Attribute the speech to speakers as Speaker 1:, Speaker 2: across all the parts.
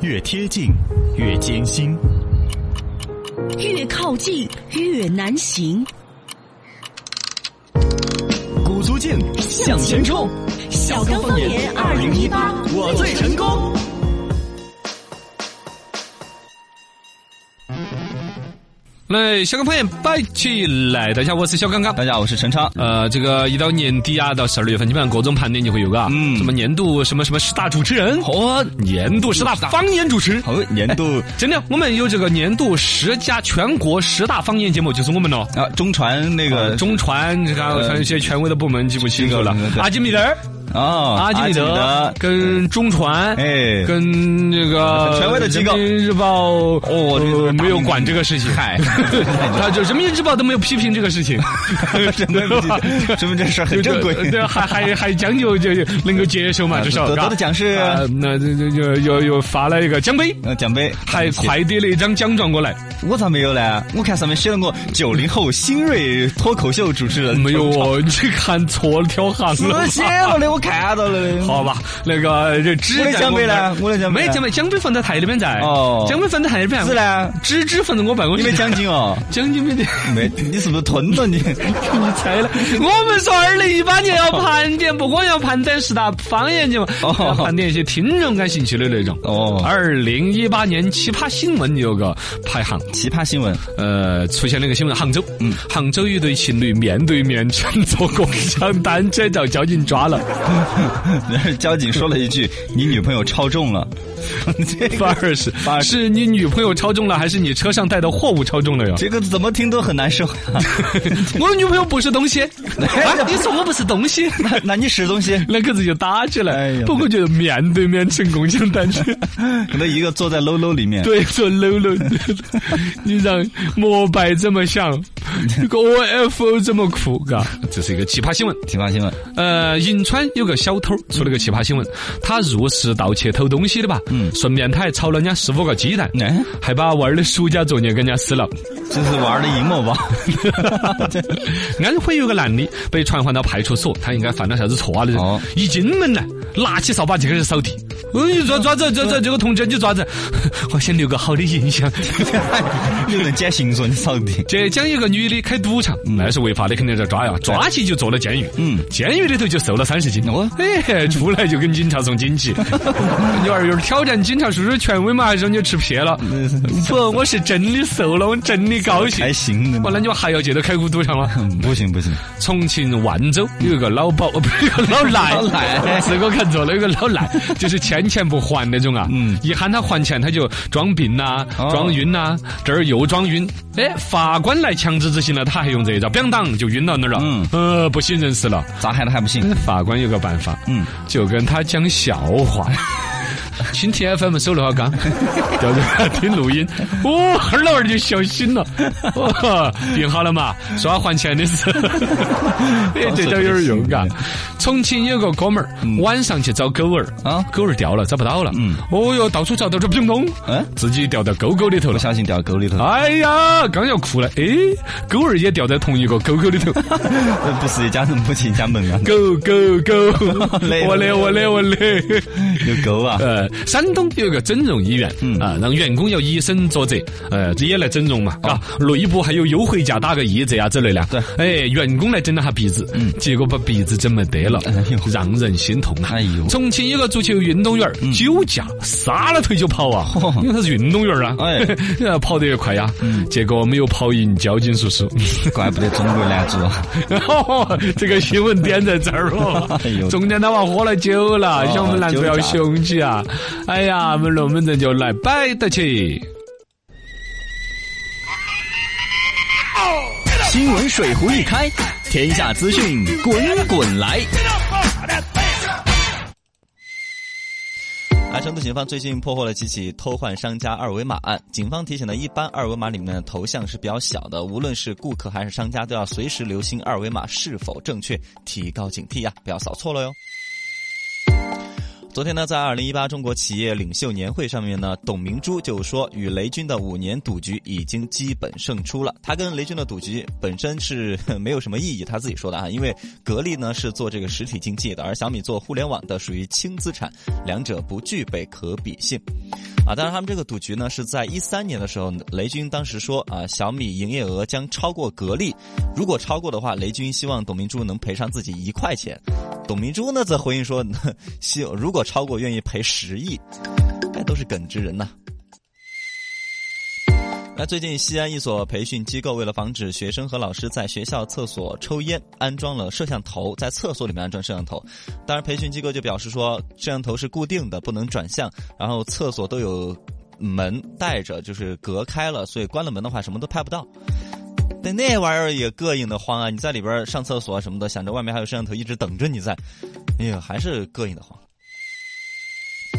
Speaker 1: 越贴近越艰辛，
Speaker 2: 越靠近越难行。
Speaker 1: 鼓足劲向前冲，
Speaker 2: 小刚方言二零一八，
Speaker 1: 我最成功。
Speaker 3: 来，小刚方言摆起来，大家好，我是小刚刚。
Speaker 4: 大家好，我是陈昌。
Speaker 3: 呃，这个一到年底啊，到十二月份，基本上各种盘点就会有嘎，
Speaker 4: 嗯
Speaker 3: 什么年度什么什么十大主持人，哦，年度十大方言主持。
Speaker 4: 好，年度
Speaker 3: 真的，我们有这个年度十佳全国十大方言节目，就是我们咯。呃
Speaker 4: 啊，中传那个
Speaker 3: 中传这个
Speaker 4: 呃
Speaker 3: 传一些权威的部门记不清楚了
Speaker 4: 清楚清，楚
Speaker 3: 阿基米德儿、
Speaker 4: 啊，
Speaker 3: 阿基米德跟中传，
Speaker 4: 哎
Speaker 3: 跟这个
Speaker 4: 权威的机构
Speaker 3: 人民日报
Speaker 4: 哦这都
Speaker 3: 呃
Speaker 4: 是大
Speaker 3: 没有
Speaker 4: 名
Speaker 3: 管这个事情，
Speaker 4: 嗨
Speaker 3: 他就人民日报都没有批评这个 事情，
Speaker 4: 身份证，身份证事儿很正规。
Speaker 3: 对，还还还将就就就能够接受嘛，
Speaker 4: 啊
Speaker 3: 至少
Speaker 4: 得
Speaker 3: 是吧
Speaker 4: 得的奖是
Speaker 3: 啊那这这就又又发了一个奖杯，
Speaker 4: 呃，奖杯
Speaker 3: 还快递了一张奖状过来，
Speaker 4: 我咋没有呢？我看上面写了我九零后新锐脱口秀主持人，
Speaker 3: 没有哦，你看 错了条行了
Speaker 4: 是。写了的，我看到了的。
Speaker 3: 好吧，那个这纸
Speaker 4: 我的奖杯呢我的奖杯呢
Speaker 3: 没奖杯，奖杯放在台里面在。
Speaker 4: 哦
Speaker 3: 奖杯放在台里面。
Speaker 4: 是呢
Speaker 3: 纸纸放在我办公
Speaker 4: 你
Speaker 3: 室。
Speaker 4: 没奖金哦？
Speaker 3: 奖金 没得。
Speaker 4: 没，你是不是吞了你？
Speaker 3: 你猜了，我们说二零一八年要盘点，不光要盘点十大方言节目，
Speaker 4: 哦
Speaker 3: 要盘点一些听众感兴趣的内容。
Speaker 4: 哦
Speaker 3: 二零一八年奇葩新闻有个排行，
Speaker 4: 奇葩新闻，
Speaker 3: 呃，出现了一个新闻，杭州，嗯，杭州一对情侣面对面乘坐共享单车遭交警抓了，
Speaker 4: 然后交警说了一句：“你女朋友超重了。”这个
Speaker 3: 反而是
Speaker 4: 反而是
Speaker 3: 是你女朋友超重了，还是你车上带的货物超重了呀？
Speaker 4: 这个怎么听都很难 受。
Speaker 3: 我的女朋友不是东西，啊 你说我不是东 西。
Speaker 4: 那你吃东西，
Speaker 3: 两个字就打起
Speaker 4: 哎
Speaker 3: 来，
Speaker 4: 呀
Speaker 3: 不过觉得面对面乘共享单 车，
Speaker 4: 可能一个坐在楼楼里面，
Speaker 3: 对着搂搂，你让摩拜怎么想？这个 OFO 怎么哭？嘎，这是一个奇葩新闻。
Speaker 4: 奇葩新闻，
Speaker 3: 呃，银川有个小偷出了个奇葩新闻，他入室盗窃偷东西的吧，嗯，顺便他还炒了人家十五个鸡蛋，
Speaker 4: 哎
Speaker 3: 还把娃儿的暑假作业给人家撕了。
Speaker 4: 这是玩的阴谋吧？
Speaker 3: 安徽有个男的被传唤到派出所，他应该犯了啥子错啊？那
Speaker 4: 哦
Speaker 3: 人一进门来，拿起扫把就开始扫地。嗯，你抓抓子抓抓这个同志，你抓子， 我想留个好的印象。
Speaker 4: 有人捡行说你扫地，
Speaker 3: 浙江有个女的开赌场，那是违法的，肯定要抓呀，抓起就坐了监狱。嗯
Speaker 4: 嗯，
Speaker 3: 监狱里头就瘦了三十斤。
Speaker 4: 哦
Speaker 3: 哎，出来就跟警察送 锦旗。你二有挑战警察叔叔权威嘛？还是你吃撇 了？不，我是真的瘦了，我真的高兴
Speaker 4: 还。行的
Speaker 3: 完了，
Speaker 4: 呢。
Speaker 3: 你们还要接着开赌场吗？
Speaker 4: 嗯不行不行，
Speaker 3: 重庆万州有一个老 鸨，哦不是有个老赖，
Speaker 4: 老赖
Speaker 3: 是我看错了，有个老 赖，就是欠钱不还那种啊。
Speaker 4: 嗯
Speaker 3: 一喊他还钱，他就装病呐、
Speaker 4: 哦
Speaker 3: 装晕呐、这儿又装晕。哎，法官来强制执行了，他还用这一招，咣当就晕到那儿了。
Speaker 4: 嗯
Speaker 3: 呃，不省人事了。
Speaker 4: 咋喊都还不行。
Speaker 3: 法官有个办法，
Speaker 4: 嗯，
Speaker 3: 就跟他讲笑 话。蜻蜓 FM 收了哈刚，调着他听录 音，哦，哈儿老二就笑醒了，哦，病好了嘛，说他还钱的事， 哎，
Speaker 4: 哦
Speaker 3: 这招有点用嘎。重庆有个哥们儿晚上去找狗儿，
Speaker 4: 嗯啊
Speaker 3: 狗儿掉了，找不到了，
Speaker 4: 嗯
Speaker 3: 哦哟，到处找，到处乒咚，
Speaker 4: 嗯
Speaker 3: 自己掉到沟沟里头
Speaker 4: 不
Speaker 3: 了。
Speaker 4: 小心掉沟里头，
Speaker 3: 哎呀，刚要哭了，哎，狗儿也掉在同一个沟 沟里头，
Speaker 4: 呃不是一家人，不是一家门啊，
Speaker 3: 狗狗狗，
Speaker 4: 累了
Speaker 3: 我嘞我嘞我嘞。
Speaker 4: 有沟啊。
Speaker 3: 呃，山东有一个整容医院，
Speaker 4: 嗯
Speaker 3: 啊，让员工要以身作则，呃，这也来整容嘛，啊，内部还有优惠价，打个一折啊之类的。
Speaker 4: 哦对嗯
Speaker 3: 哎，员工来整了下鼻子，结果把鼻子整没得了
Speaker 4: 哎呦，
Speaker 3: 让人心痛啊
Speaker 4: 哎呦！嗯
Speaker 3: 重庆有个足球运动员儿酒驾，撒了腿就跑啊，因为他是运动员儿啊，
Speaker 4: 哦哎嗯
Speaker 3: 呃 跑得也快呀，结果没有跑赢交警叔叔。
Speaker 4: 怪不得中国男足，
Speaker 3: 哦，这个新闻点在这儿哦
Speaker 4: 哎呦。
Speaker 3: 中间他娃喝了酒了，
Speaker 4: 哦
Speaker 3: 像我们男主要凶起啊！哎呀，我们龙门阵就来摆得起。
Speaker 4: 新闻水壶一开，天下资讯滚滚来。啊，成都警方最近破获了几起偷换商家二维码案。警方提醒呢，一般二维码里面的头像是比较小的，无论是顾客还是商家，都要随时留心二维码是否正确，提高警惕呀、啊不要扫错了哟。昨天呢，在二零一八中国企业领袖年会上面呢，董明珠就说，与雷军的五年赌局已经基本胜出了。他跟雷军的赌局本身是呵没有什么意义，他自己说的啊，因为格力呢是做这个实体经济的，而小米做互联网的，属于轻资产，两者不具备可比性。啊。当然，他们这个赌局呢是在一三年的时候，雷军当时说啊，小米营业额将超过格力，如果超过的话，雷军希望董明珠能赔偿自己一块钱。董明珠呢则回应说， 希如果超过，愿意赔十亿。哎，都是耿直人呐、那最近，西安一所培训机构为了防止学生和老师在学校厕所抽烟，安装了摄像头，在厕所里面安装摄像头。当然，培训机构就表示说，摄像头是固定的，不能转向，然后厕所都有门带着，就是隔开了，所以关了门的话，什么都拍不到。但那玩意儿也膈应的慌啊！你在里边上厕所什么的，想着外面还有摄像头一直等着你在，哎呀，还是膈应的慌。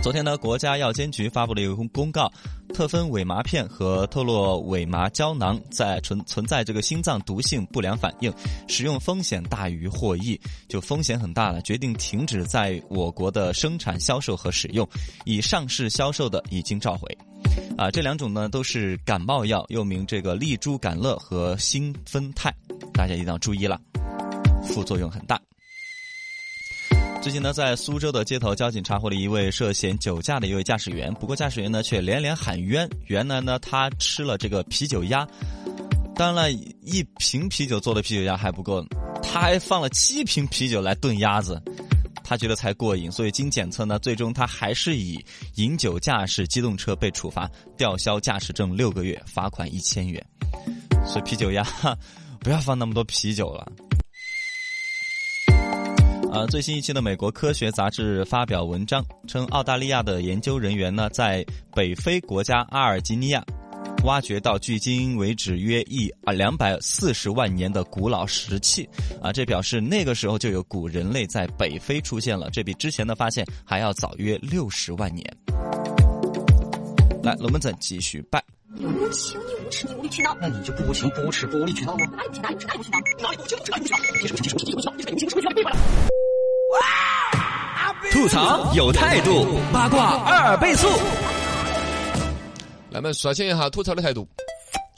Speaker 4: 昨天呢，国家药监局发布了一个公公告，特芬伪麻片和特洛伪麻胶囊在存存在这个心脏毒性不良反应，使用风险大于获益，就风险很大了，决定停止在我国的生产、销售和使用，已上市销售的已经召回。啊，这两种呢都是感冒药，又名这个利珠感乐和兴奋肽，大家一定要注意了，副作用很大。最近呢，在苏州的街头，交警查获了一位涉嫌酒驾的一位驾驶员。不过驾驶员呢，却连连喊冤。原来呢，他吃了这个啤酒鸭，当然了，一瓶啤酒做的啤酒鸭还不够，他还放了七瓶啤酒来炖鸭子，他觉得才过瘾。所以经检测呢，最终他还是以饮酒驾驶机动车被处罚，吊销驾驶证六个月，罚款一千元。所以啤酒鸭，哈不要放那么多啤酒了。啊，最新一期的美国科学杂志发表文章称，澳大利亚的研究人员呢，在北非国家阿尔及利亚挖掘到距今为止约一啊两百四十万年的古老石器啊，这表示那个时候就有古人类在北非出现了，这比之前的发现还要早约六十万年。来，龙门阵继续拜。
Speaker 5: 你无情，你无耻，你无理取闹。
Speaker 6: 那你就不无情、不无耻、不无理取闹吗？
Speaker 5: 哪里无情，哪里无耻，哪里无情，哪里无情，哪里无情，哪里无情，你是无情，你是无情，你是无情，你是无情，你是无情，
Speaker 7: 吐槽有态度，八卦二倍速。
Speaker 3: 那么刷新一下吐槽的态度。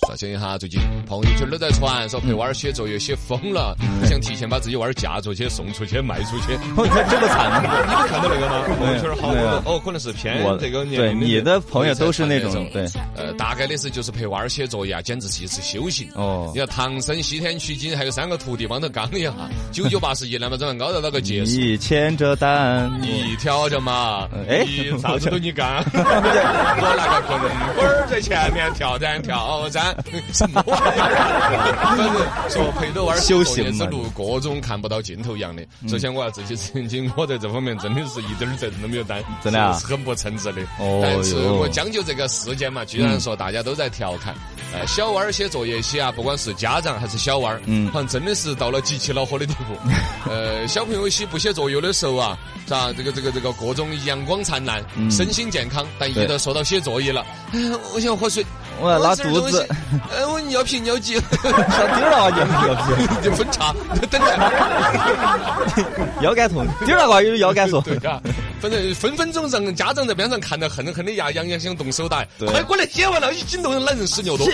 Speaker 3: 刷新一下，最近朋友圈都在传说陪娃儿写作业写疯了，
Speaker 4: 嗯
Speaker 3: 想提前把自己娃儿嫁出去、送出去、卖 出去。
Speaker 4: 我操，这么惨
Speaker 3: 你们看到那个吗？朋友圈好
Speaker 4: 没
Speaker 3: 多
Speaker 4: 有
Speaker 3: 的哦，可能是偏
Speaker 4: 我
Speaker 3: 这个年
Speaker 4: 对
Speaker 3: 龄
Speaker 4: 你的朋友都是那
Speaker 3: 那
Speaker 4: 种对，
Speaker 3: 呃，大概的是就是陪娃儿写作业啊，简直是一次修行。
Speaker 4: 哦
Speaker 3: 你看唐僧西天取经，还有三个徒弟帮他刚一下，九九八十一，那么怎么搞到那个结束？
Speaker 4: 你牵着蛋，
Speaker 3: 你挑着嘛，
Speaker 4: 哎
Speaker 3: 你啥子都你 干，我那个棍棍儿在前面跳蛋跳蛋，什么玩意儿？反正说陪着娃儿
Speaker 4: 修
Speaker 3: 作业
Speaker 4: 行
Speaker 3: 之
Speaker 4: 嘛
Speaker 3: 路，各种看不到尽头一样的。首先，我要自己澄清，我在这方面真的是一点儿责任都没有 担，
Speaker 4: 真的啊
Speaker 3: 是很不称职的。
Speaker 4: 哦
Speaker 3: 但是
Speaker 4: 哟
Speaker 3: 我将就这个事件嘛，居然说大家都在调侃。呃，小娃儿写作业写啊，不管是家长还是小娃儿，
Speaker 4: 嗯
Speaker 3: 好像真的是到了极其恼火的地 步。呃，小朋友写不写作业的时候啊，是吧？这个这个这个各种阳光灿烂，
Speaker 4: 嗯
Speaker 3: 身心健康，但一到说到写作业了，哎呀，我想喝水，
Speaker 4: 我要拉
Speaker 3: 吃点
Speaker 4: 肚子
Speaker 3: 东西，哎，我尿频尿急，
Speaker 4: 上丢了你你不
Speaker 3: 就分叉，等待。
Speaker 4: 腰杆痛，第二个就是腰杆痛。
Speaker 3: 对啊，反正分分钟让家长在边上看得恨恨的牙痒痒，想动手打。
Speaker 4: 对
Speaker 3: 快过来写完了，一激动，懒人屎 尿多。
Speaker 4: 就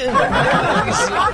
Speaker 4: 很
Speaker 3: 就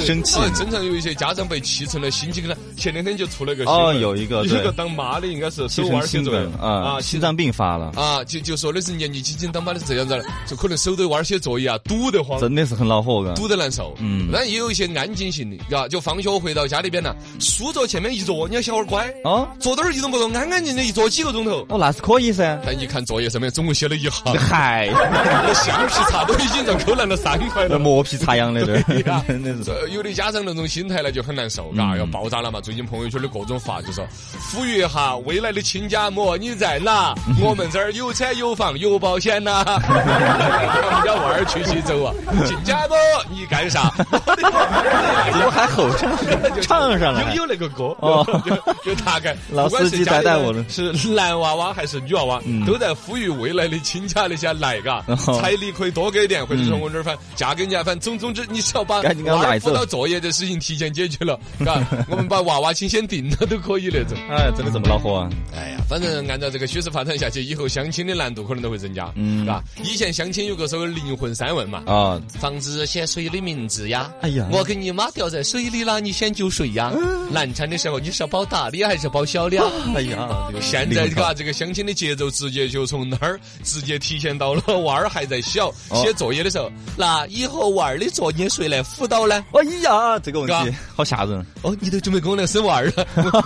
Speaker 4: 生气
Speaker 3: 经常有一些家长被气成了心肌梗塞。前两天就出了个
Speaker 4: 哦
Speaker 3: 新闻
Speaker 4: 有一 个
Speaker 3: 有一
Speaker 4: 对
Speaker 3: 个当妈的应该是
Speaker 4: 牺
Speaker 3: 手腕
Speaker 4: 牲
Speaker 3: 儿写
Speaker 4: 心
Speaker 3: 作业
Speaker 4: 梗啊，
Speaker 3: 心
Speaker 4: 心脏病发了，
Speaker 3: 啊，就就说的是年纪轻轻当妈的是这样子的，就可能手对娃儿写作业啊堵得慌。
Speaker 4: 真的是很恼火的。
Speaker 3: 堵得难受，
Speaker 4: 嗯
Speaker 3: 嗯，但也有一些安静型的，嘎，就放学回到家里边呢，书桌前面一坐，你看小孩儿乖，
Speaker 4: 哦，
Speaker 3: 坐那儿一动不动，安安静静一坐几个钟头，
Speaker 4: 哦，那是可以噻。
Speaker 3: 但一看作业上面总共写了一行，
Speaker 4: 嗨，
Speaker 3: 那橡皮擦都已经让抠烂了三块了。
Speaker 4: 磨皮擦痒的，
Speaker 3: 对呀
Speaker 4: 真的是。
Speaker 3: 这有的家长那种心态呢就很难受，嘎、要爆炸了嘛！最近朋友圈的各种发就说，呼吁一下未来的亲家母，你在哪？我们这儿有车有房有保险呐、我们家娃儿去济州啊，亲家母你干啥？
Speaker 4: 怎么还吼上了唱上了？
Speaker 3: 有有那个歌
Speaker 4: 哦
Speaker 3: 哦， 就就大概
Speaker 4: 老司机带带我了
Speaker 3: 不管是家里面是男娃娃还是女娃娃，都在呼吁未来的亲家那些来嘎
Speaker 4: 哦，嗯
Speaker 3: 彩礼可以多给点，或者说我这儿反正嫁给人家，反正总总之你只要把
Speaker 4: 赶紧给他
Speaker 3: 娃
Speaker 4: 买
Speaker 3: 儿
Speaker 4: 走
Speaker 3: 辅导作业的事情提前解 决了，嘎，我们把娃娃亲先定了都可以那种。
Speaker 4: 哎，真的这么恼火啊？
Speaker 3: 哎呀，反正按照这个趋势发展下去，以后相亲的难度可能都会增加，
Speaker 4: 嗯
Speaker 3: 嗯，嘎。以前相亲有个所谓灵魂三问嘛，
Speaker 4: 啊，
Speaker 3: 房子写谁的名字呀？
Speaker 4: 哎呀
Speaker 3: 我跟你妈掉在水里了，你先救谁呀？难产的时候你是要保大的还是保小的啊？
Speaker 4: 哎呀，
Speaker 3: 现在嘎，这个
Speaker 8: 相亲的节奏直接就从那儿直接体现到了娃儿还在小
Speaker 4: 哦
Speaker 8: 写作业的时候。那以后娃儿的作业谁来辅导呢？
Speaker 4: 哎呀，这个问
Speaker 8: 嘎
Speaker 4: 题好吓人。
Speaker 8: 哦，你都准备跟我来生娃儿了，我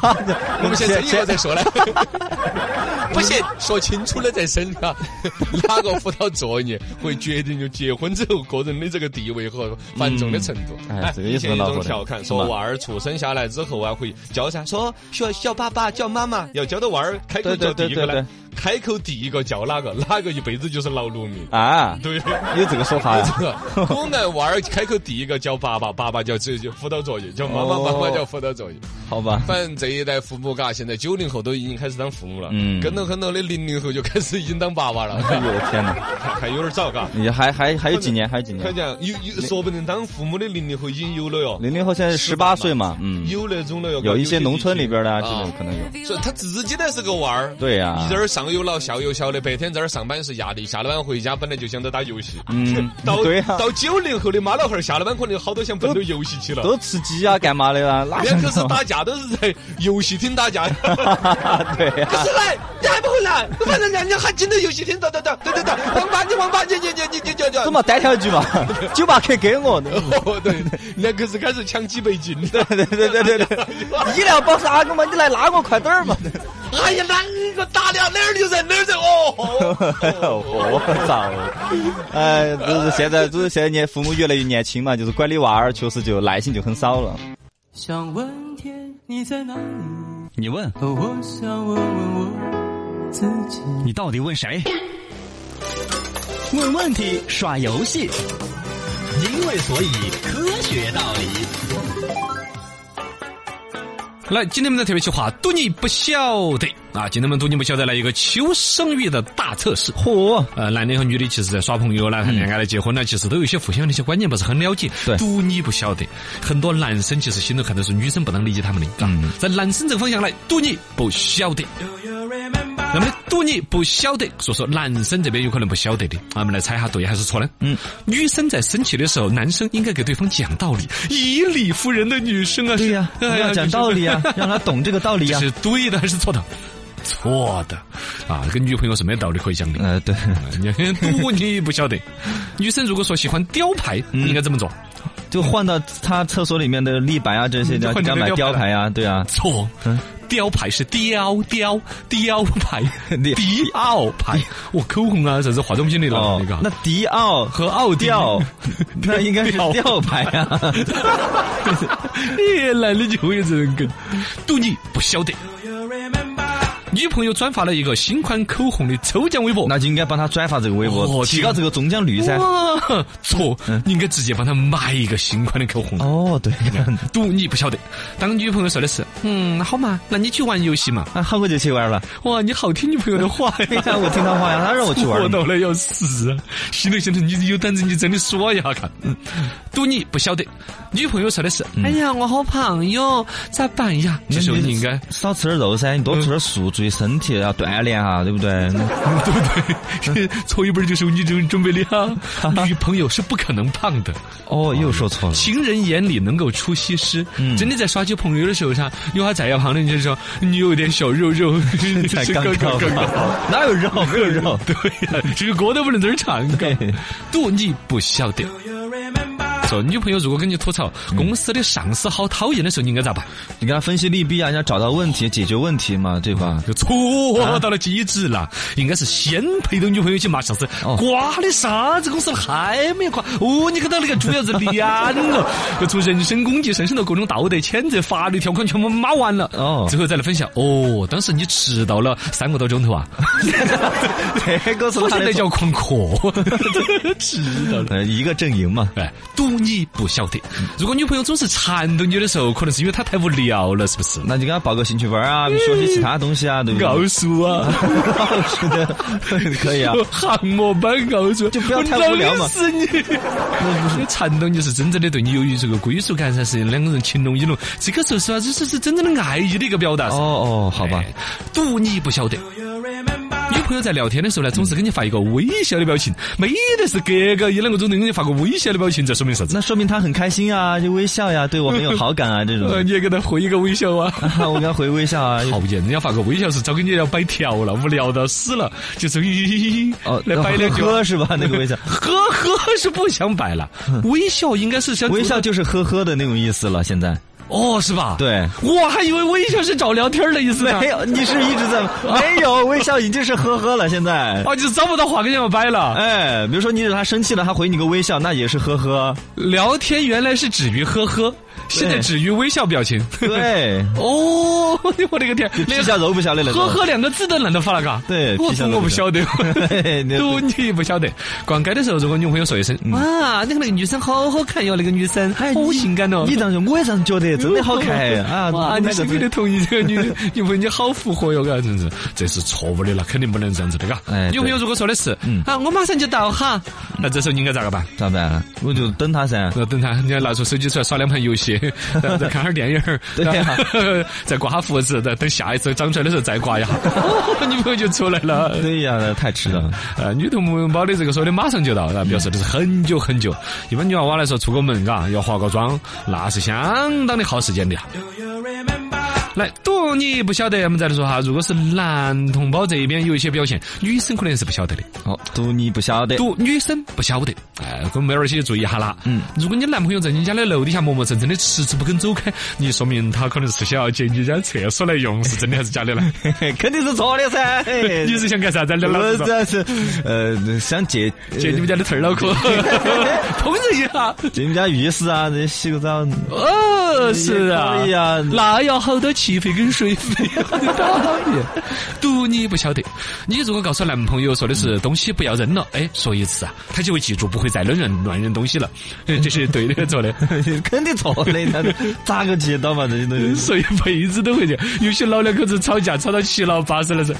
Speaker 8: 我们先生一个再说呢。 不行，说清楚了再生啊！ 哪个辅导作业会决定就结婚之后个人的这个地位和繁重的程度？
Speaker 4: 哎这个也
Speaker 8: 以
Speaker 4: 是
Speaker 8: 前有一
Speaker 4: 很恼火
Speaker 8: 种
Speaker 4: 的
Speaker 8: 调侃，
Speaker 4: 是
Speaker 8: 说
Speaker 4: 吧
Speaker 8: 娃儿出生下来之后啊，会叫啥？说说叫爸爸叫妈妈，要叫到娃儿开
Speaker 4: 对
Speaker 8: 口叫
Speaker 4: 对
Speaker 8: 第一个
Speaker 4: 对对
Speaker 8: 呢，开口第一个叫哪个，哪个一辈子就是劳碌命。
Speaker 4: 啊，
Speaker 8: 对。
Speaker 4: 有 这个说法呀？
Speaker 8: 我们娃儿开口第一个叫爸爸，爸爸叫 这就
Speaker 4: 哦
Speaker 8: 辅导作业，叫妈妈，妈妈叫辅导作业。
Speaker 4: 好吧，
Speaker 8: 反正这一代父母，嘎，现在九零后都已经开始当父母了，
Speaker 4: 嗯
Speaker 8: 跟到很多的零零后就开始已经当爸爸了，
Speaker 4: 哎呦我天哪，
Speaker 8: 还还有点早， 嘎。
Speaker 4: 你还还还有几年？还有几
Speaker 8: 可
Speaker 4: 年？
Speaker 8: 讲有有，说不定当父母的零零后已经有了哟，
Speaker 4: 零零后现在十八岁嘛，嗯，
Speaker 8: 有那种了哟。
Speaker 4: 有一些
Speaker 8: 地
Speaker 4: 农村
Speaker 8: 区
Speaker 4: 里边的啊，这
Speaker 8: 啊
Speaker 4: 种可能有。
Speaker 8: 所以他自己呢是个娃儿。
Speaker 4: 对呀、
Speaker 8: 一这儿上有老下有小的，白天在这儿上班是压力，下了班回家本来就想着打游戏。
Speaker 4: 嗯
Speaker 8: 到
Speaker 4: 对呀
Speaker 8: 到九零后的妈老汉儿下了班可能有好多想奔到游戏去了。
Speaker 4: 都吃鸡啊，干嘛的啊？那
Speaker 8: 人家可是打架都是在游戏厅打架。
Speaker 4: 啊对呀、
Speaker 8: 可是来，你还不回来？反正人家喊进到游戏厅，等等等等等等，王八你王八你你你你你你
Speaker 4: 这么单挑一局嘛，酒吧客给我，
Speaker 8: 哦，对，那可是开始抢几倍金的。
Speaker 4: 对对对对对，医疗保啥个嘛？你来拉我快点儿嘛！
Speaker 8: 哎呀，哪个打的？哪儿有人？哪儿人？哦，
Speaker 4: 我操！哎，就是现在，就是现在年父母越来越年轻嘛，就是管理娃儿，确实就耐心就很少了。
Speaker 9: 想问天你在哪里？
Speaker 1: 你问
Speaker 9: 哦，我想问问我自己。
Speaker 1: 你到底问谁？问问题，耍游戏，因为所以科学道理。
Speaker 3: 来，今天我们的特别企划，赌你不晓得啊！今天我们赌你不晓得来一个求生欲的大测试。嚯！嗯呃，男的和女的其实在耍朋友啦、谈恋爱啦、结婚啦，其实都有一些互相的一些观念不是很了解。
Speaker 4: 对
Speaker 3: 赌你不晓得，很多男生其实心头看的是女生不能理解他们的。
Speaker 4: 嗯
Speaker 3: 嗯，在男生这个方向来，赌你不晓得。那么赌你不晓得，说说男生这边有可能不晓得的，啊我们来猜一下对还是错呢？嗯，女生在生气的时候，男生应该给对方讲道理，以理服人的女生啊，是哎嗯呀女生
Speaker 4: 啊，让他懂这个道理啊
Speaker 3: 这是对的还是错的？错的，啊，跟女朋友是没道理可以讲的。
Speaker 4: 呃，对，
Speaker 3: 你赌你不晓得，女生如果说喜欢雕牌，应该怎么做？
Speaker 4: 就换到他厕所里面的立板啊这 些，
Speaker 3: 嗯
Speaker 4: 的，给
Speaker 3: 就换
Speaker 4: 他
Speaker 3: 成
Speaker 4: 买雕
Speaker 3: 雕牌
Speaker 4: 牌啊，对啊，
Speaker 3: 错，雕牌是雕雕雕 牌，
Speaker 4: 你
Speaker 3: 迪奥牌，我口红啊，啥子化妆品里了
Speaker 4: 哦
Speaker 3: 那，个。
Speaker 4: 那迪奥
Speaker 3: 和奥迪
Speaker 4: 调，那应该是
Speaker 3: 调
Speaker 4: 吊牌 啊。
Speaker 3: 越来的就有人跟，赌你不晓得。女朋友转发了一个新款口红的抽奖微博，
Speaker 4: 那就应该帮他转发这个微博，
Speaker 3: 哦
Speaker 4: 提高这个中奖率噻。
Speaker 3: 哇， 嗯错，你应该直接帮她买一个新款的口红。
Speaker 4: 哦，对，
Speaker 3: 赌你不晓得。当女朋友说的是，嗯，好嘛，那你去玩游戏嘛。
Speaker 4: 啊，好我就去 玩了。
Speaker 3: 哇，你好听女朋友的 话
Speaker 4: 哎
Speaker 3: 呀。
Speaker 4: 呀，我听他话呀，他让我去玩
Speaker 3: 我
Speaker 4: 了。
Speaker 3: 到了要死啊！心头想着你有胆子，你真的说一下看。赌嗯你不晓得，女朋友说的是，哎呀，我好胖哟，咋办呀？这时候你应该
Speaker 4: 嗯
Speaker 3: 嗯
Speaker 4: 少吃点肉噻，你多吃点素，注意身体，要锻炼哈，对不对？
Speaker 3: 对不 对？搓一本就是你这种准备的 哈。女朋友是不可能胖的，
Speaker 4: 哦，又说错了。
Speaker 3: 情人眼里能够出西施。
Speaker 4: 嗯
Speaker 3: 真的在耍起朋友的时候上，有他在一旁的你就说你有点小肉 肉，
Speaker 4: 才
Speaker 3: 是
Speaker 4: 刚刚
Speaker 3: 刚刚 好。
Speaker 4: 哪有肉？没有肉。
Speaker 3: 对呀、这个歌都不能在这儿唱
Speaker 4: 对
Speaker 3: 歌。赌你不晓得。说女朋友如果跟你吐槽
Speaker 4: 嗯
Speaker 3: 公司的上司好讨厌的时候，你应该咋办？
Speaker 4: 你给他分析利弊啊，你要找到问题，解决问题嘛，对吧？
Speaker 3: 就错到了极致了，应该是先陪着女朋友去骂上司，
Speaker 4: 哦
Speaker 3: 瓜的啥子公司还没垮？哦，你给他那个猪要子脸了，就从人身攻击上升到各种道德谴责、法律条款全部骂完了。
Speaker 4: 哦
Speaker 3: 最后再来分享。哦，当时你迟到了三个多钟头啊，
Speaker 4: 这个是
Speaker 3: 好
Speaker 4: 他的
Speaker 3: 像
Speaker 4: 错
Speaker 3: 那叫旷课， 迟到了。
Speaker 4: 呃一个阵营嘛。
Speaker 3: 哎，赌你不晓得。如果女朋友总是缠着你的时候，可能是因为她太无聊了，是不是？
Speaker 4: 那就给他报个兴趣班啊，学习其他东西啊，对不对？
Speaker 3: 告诉我，
Speaker 4: 是的， 可 以啊。
Speaker 3: 航模班告诉我，
Speaker 4: 就不要太无聊嘛
Speaker 3: 我弄死你！你缠到你是真正的对你有一这个归属感噻，是两个人情浓意浓。这个时候是吧，这哦是是真正的爱意的一个表达噻。
Speaker 4: 哦哦，好吧
Speaker 3: 哎。，赌你不晓得。女朋友在聊天的时候呢，总是给你发一个微笑的表情，没得是隔个一两个钟头给你发个微笑的表情，这说明啥子？
Speaker 4: 那说明他很开心啊，就微笑呀，对我很有好感啊， 这种。
Speaker 3: 呃，你也给他回一个微笑啊。
Speaker 4: 啊，我给他回微笑 啊。
Speaker 3: 讨厌，人家发个微笑是早给你要摆条了，无聊到死了，就是咦，
Speaker 4: 哦，
Speaker 3: 来摆两句。
Speaker 4: 呵呵是吧？那个微 笑，
Speaker 3: 呵呵是不想摆了，微笑应该是想
Speaker 4: 嗯微笑就是呵呵的那种意思了。现在
Speaker 3: 哦，是吧？
Speaker 4: 对，
Speaker 3: 我还以为微笑是找聊天的意思 呢
Speaker 4: 没。 有，你是一直在没有微笑，已经是呵呵了。现 在，
Speaker 3: 啊，就找不到话跟人家掰了。
Speaker 4: 哎，比如说你惹他生气了，他回你个微笑，那也是呵 呵。
Speaker 3: 聊天原来是止于呵呵，现在止于微笑表情。
Speaker 4: 对，
Speaker 3: 哦， 我的个天，
Speaker 4: 皮
Speaker 3: 连
Speaker 4: 笑肉不笑的那种。
Speaker 3: 呵呵两个字都懒得发了，嘎。
Speaker 4: 对
Speaker 3: 我
Speaker 4: 皮笑肉哎
Speaker 3: 我不晓得，
Speaker 4: 嘿你
Speaker 3: 都你不晓得。逛街的时候，如果女朋友说一声“哇，那个那个女生好好看哟，那个女生好性感哦”，
Speaker 4: 嗯哎你这样说，我也这样觉得，真 的好看 啊！
Speaker 3: 哇，你
Speaker 4: 那个
Speaker 3: 身边的同意这个女的女朋友你好符合哟，嘎，真是，这是错误的了，肯定不能这样子的，嘎
Speaker 4: 哎。对
Speaker 3: 女朋友如果说的是
Speaker 4: 嗯，
Speaker 3: 啊，我马上就到哈，那这时候你应该咋个办？
Speaker 4: 咋办？我就等他噻。
Speaker 3: 那等他，你要拿出手机出来耍两盘游戏，然后再看会儿电影儿，
Speaker 4: 对呀
Speaker 3: 然后再 刮下胡子，再等下一次长出来的时候再 刮一下，哦女朋友就出来了。
Speaker 4: 对呀，太迟了。
Speaker 3: 呃，女同胞的这个说的马上就到，啊，表示的是很久很久。一般女娃娃来说，出个门嘎，要化个妆，那是相当的耗时间的呀。来，赌你不晓得，我们再来说哈。如果是男同胞这一边有一些表现，女生可能是不晓得的。
Speaker 4: 哦，赌你不晓得。
Speaker 3: 赌女生不晓得，哎，跟妹儿些注意一下啦。嗯，如果你男朋友在你家的楼底下磨磨蹭蹭的，迟迟不肯走开，你说明他可能是想要借你家厕所来用，是真的还是假的呢？
Speaker 4: 肯定是错的�噻。 嘿
Speaker 3: 你是想干啥子？啊老
Speaker 4: 我
Speaker 3: 实说，
Speaker 4: 这是呃想借
Speaker 3: 借你们家的腿儿脑壳，烹饪一下。
Speaker 4: 借你们家浴室啊，这洗个澡。
Speaker 3: 哦，是啊，
Speaker 4: 可以啊
Speaker 3: 那要好多气费跟水啊费， 讨厌。赌你不晓得，你如果告诉男朋友说的是东西不要扔了，哎，说一次啊，他就会记住，不会再乱扔乱扔东西了。 哎这是对的，做的。
Speaker 4: 肯定错的，那 咋个接到嘛？这些东西，
Speaker 3: 所以一辈子都会这样。有些老两口子吵架吵到七老八十了是。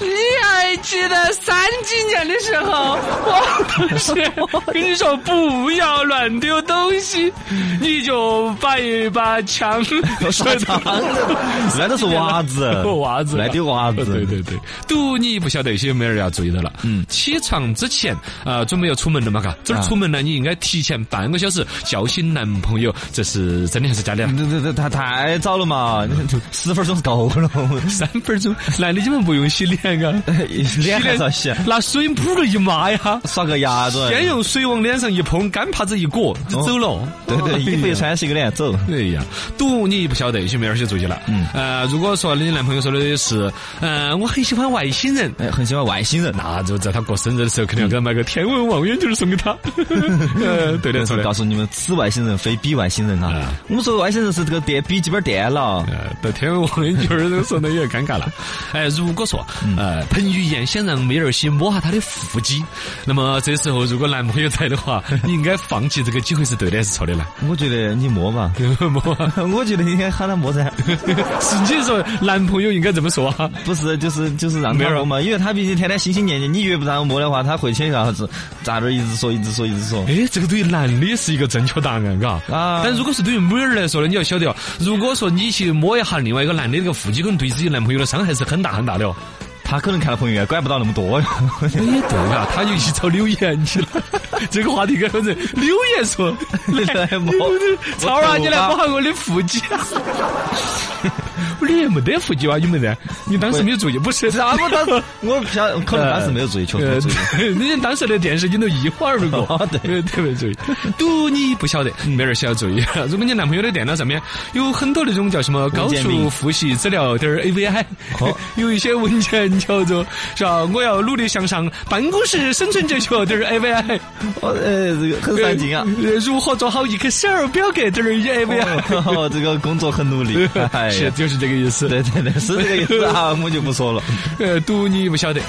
Speaker 3: 你还记得三几年的时候，我同学跟你说不要乱丢东西，你就把一把枪甩到
Speaker 4: 那都是娃子
Speaker 3: 娃子，
Speaker 4: 那丢娃子，
Speaker 3: 对对对，赌你不晓得，有些妹儿要注意到了。嗯，起床之前啊、呃准备要出门了嘛，嘎，这儿
Speaker 4: 啊
Speaker 3: 出门呢，你应该提前半个小时叫醒男朋友，这是真的还是假的啊？
Speaker 4: 这这这太太早了嘛，十分钟是够了。
Speaker 3: 三分钟，男的基本不用洗脸啊，
Speaker 4: 脸还是要洗，
Speaker 3: 拿水扑个一抹呀，
Speaker 4: 刷个牙子。
Speaker 3: 先用水往脸上一碰，干帕子一裹
Speaker 4: 哦
Speaker 3: 就走了。
Speaker 4: 对对，衣服一穿洗个脸走。
Speaker 3: 哎呀，赌你不晓得，兄妹儿些注意了。嗯，呃，如果说你男朋友说的是，嗯、我很喜欢外星人，
Speaker 4: 哎，很喜欢外星人，
Speaker 3: 那就在他过生日的时候，肯定要给他买个天文望远镜送 给他。呃，对的，错的
Speaker 4: 告。诉你们，此外星人非彼外星人啊！我们说外星人是这个电笔记本电脑，
Speaker 3: 呃，到天文望远镜儿的时候呢，也尴尬了。 哎，如果说呃，彭于晏想让妹儿先摸下他的腹肌， 那么这时候如果男朋友在的 话，你应该放弃这个机会是对的还是错的呢？
Speaker 4: 我觉得你摸吧，
Speaker 3: 摸啊，
Speaker 4: 我觉得你应该喊他摸噻，
Speaker 3: 是你说男朋友应该这么说 啊？
Speaker 4: 不是就是就是让
Speaker 3: 没
Speaker 4: 他
Speaker 3: 有
Speaker 4: 摸嘛，因为他毕竟天天心心念念，你越不让我摸的话，他回去然后咋这一直说一直说一直说。
Speaker 3: 哎，这个对于男的是一个正确答案，嘎。
Speaker 4: 啊
Speaker 3: 但如果是对于妹儿来说呢，你要晓得哦，如果说你去摸一下另外一个男的这个腹肌，可能对自己男朋友的伤害是很大很大 的哦。
Speaker 4: 他可能看到朋友圈，管不到那么多。
Speaker 3: 哎，对啊，他又去找柳岩去了。 这个话题该反正柳岩说：“
Speaker 4: 来 摸
Speaker 3: 超儿啊，你来摸下我的腹肌。” 我的没得腹肌哇，你们噻？你当时没有注意，不是？
Speaker 4: 啥啊不当时我不晓，可能当时没有注意， 确实没有注意。
Speaker 3: 呃，你当时的电视镜头一晃而过
Speaker 4: 哦， 对嗯
Speaker 3: 呃特别注意。赌你不晓得，没人需要注意。 如果你男朋友的电脑上面有很多那种叫什么高
Speaker 4: 文件名
Speaker 3: 速复习资料点儿 AVI，
Speaker 4: 哦
Speaker 3: 有一些文件叫做是吧？我要努力向上，办公室生存哲学点儿 AVI，
Speaker 4: 我呃，这个很上进啊。
Speaker 3: 呃！如何做好 Excel 表格点儿 AVI？
Speaker 4: 哦，这个工作很努 力。哎呀
Speaker 3: 是，就是这个意思。
Speaker 4: 对对对，是这个意思啊，我就不说了。
Speaker 3: 呃，赌你不晓得。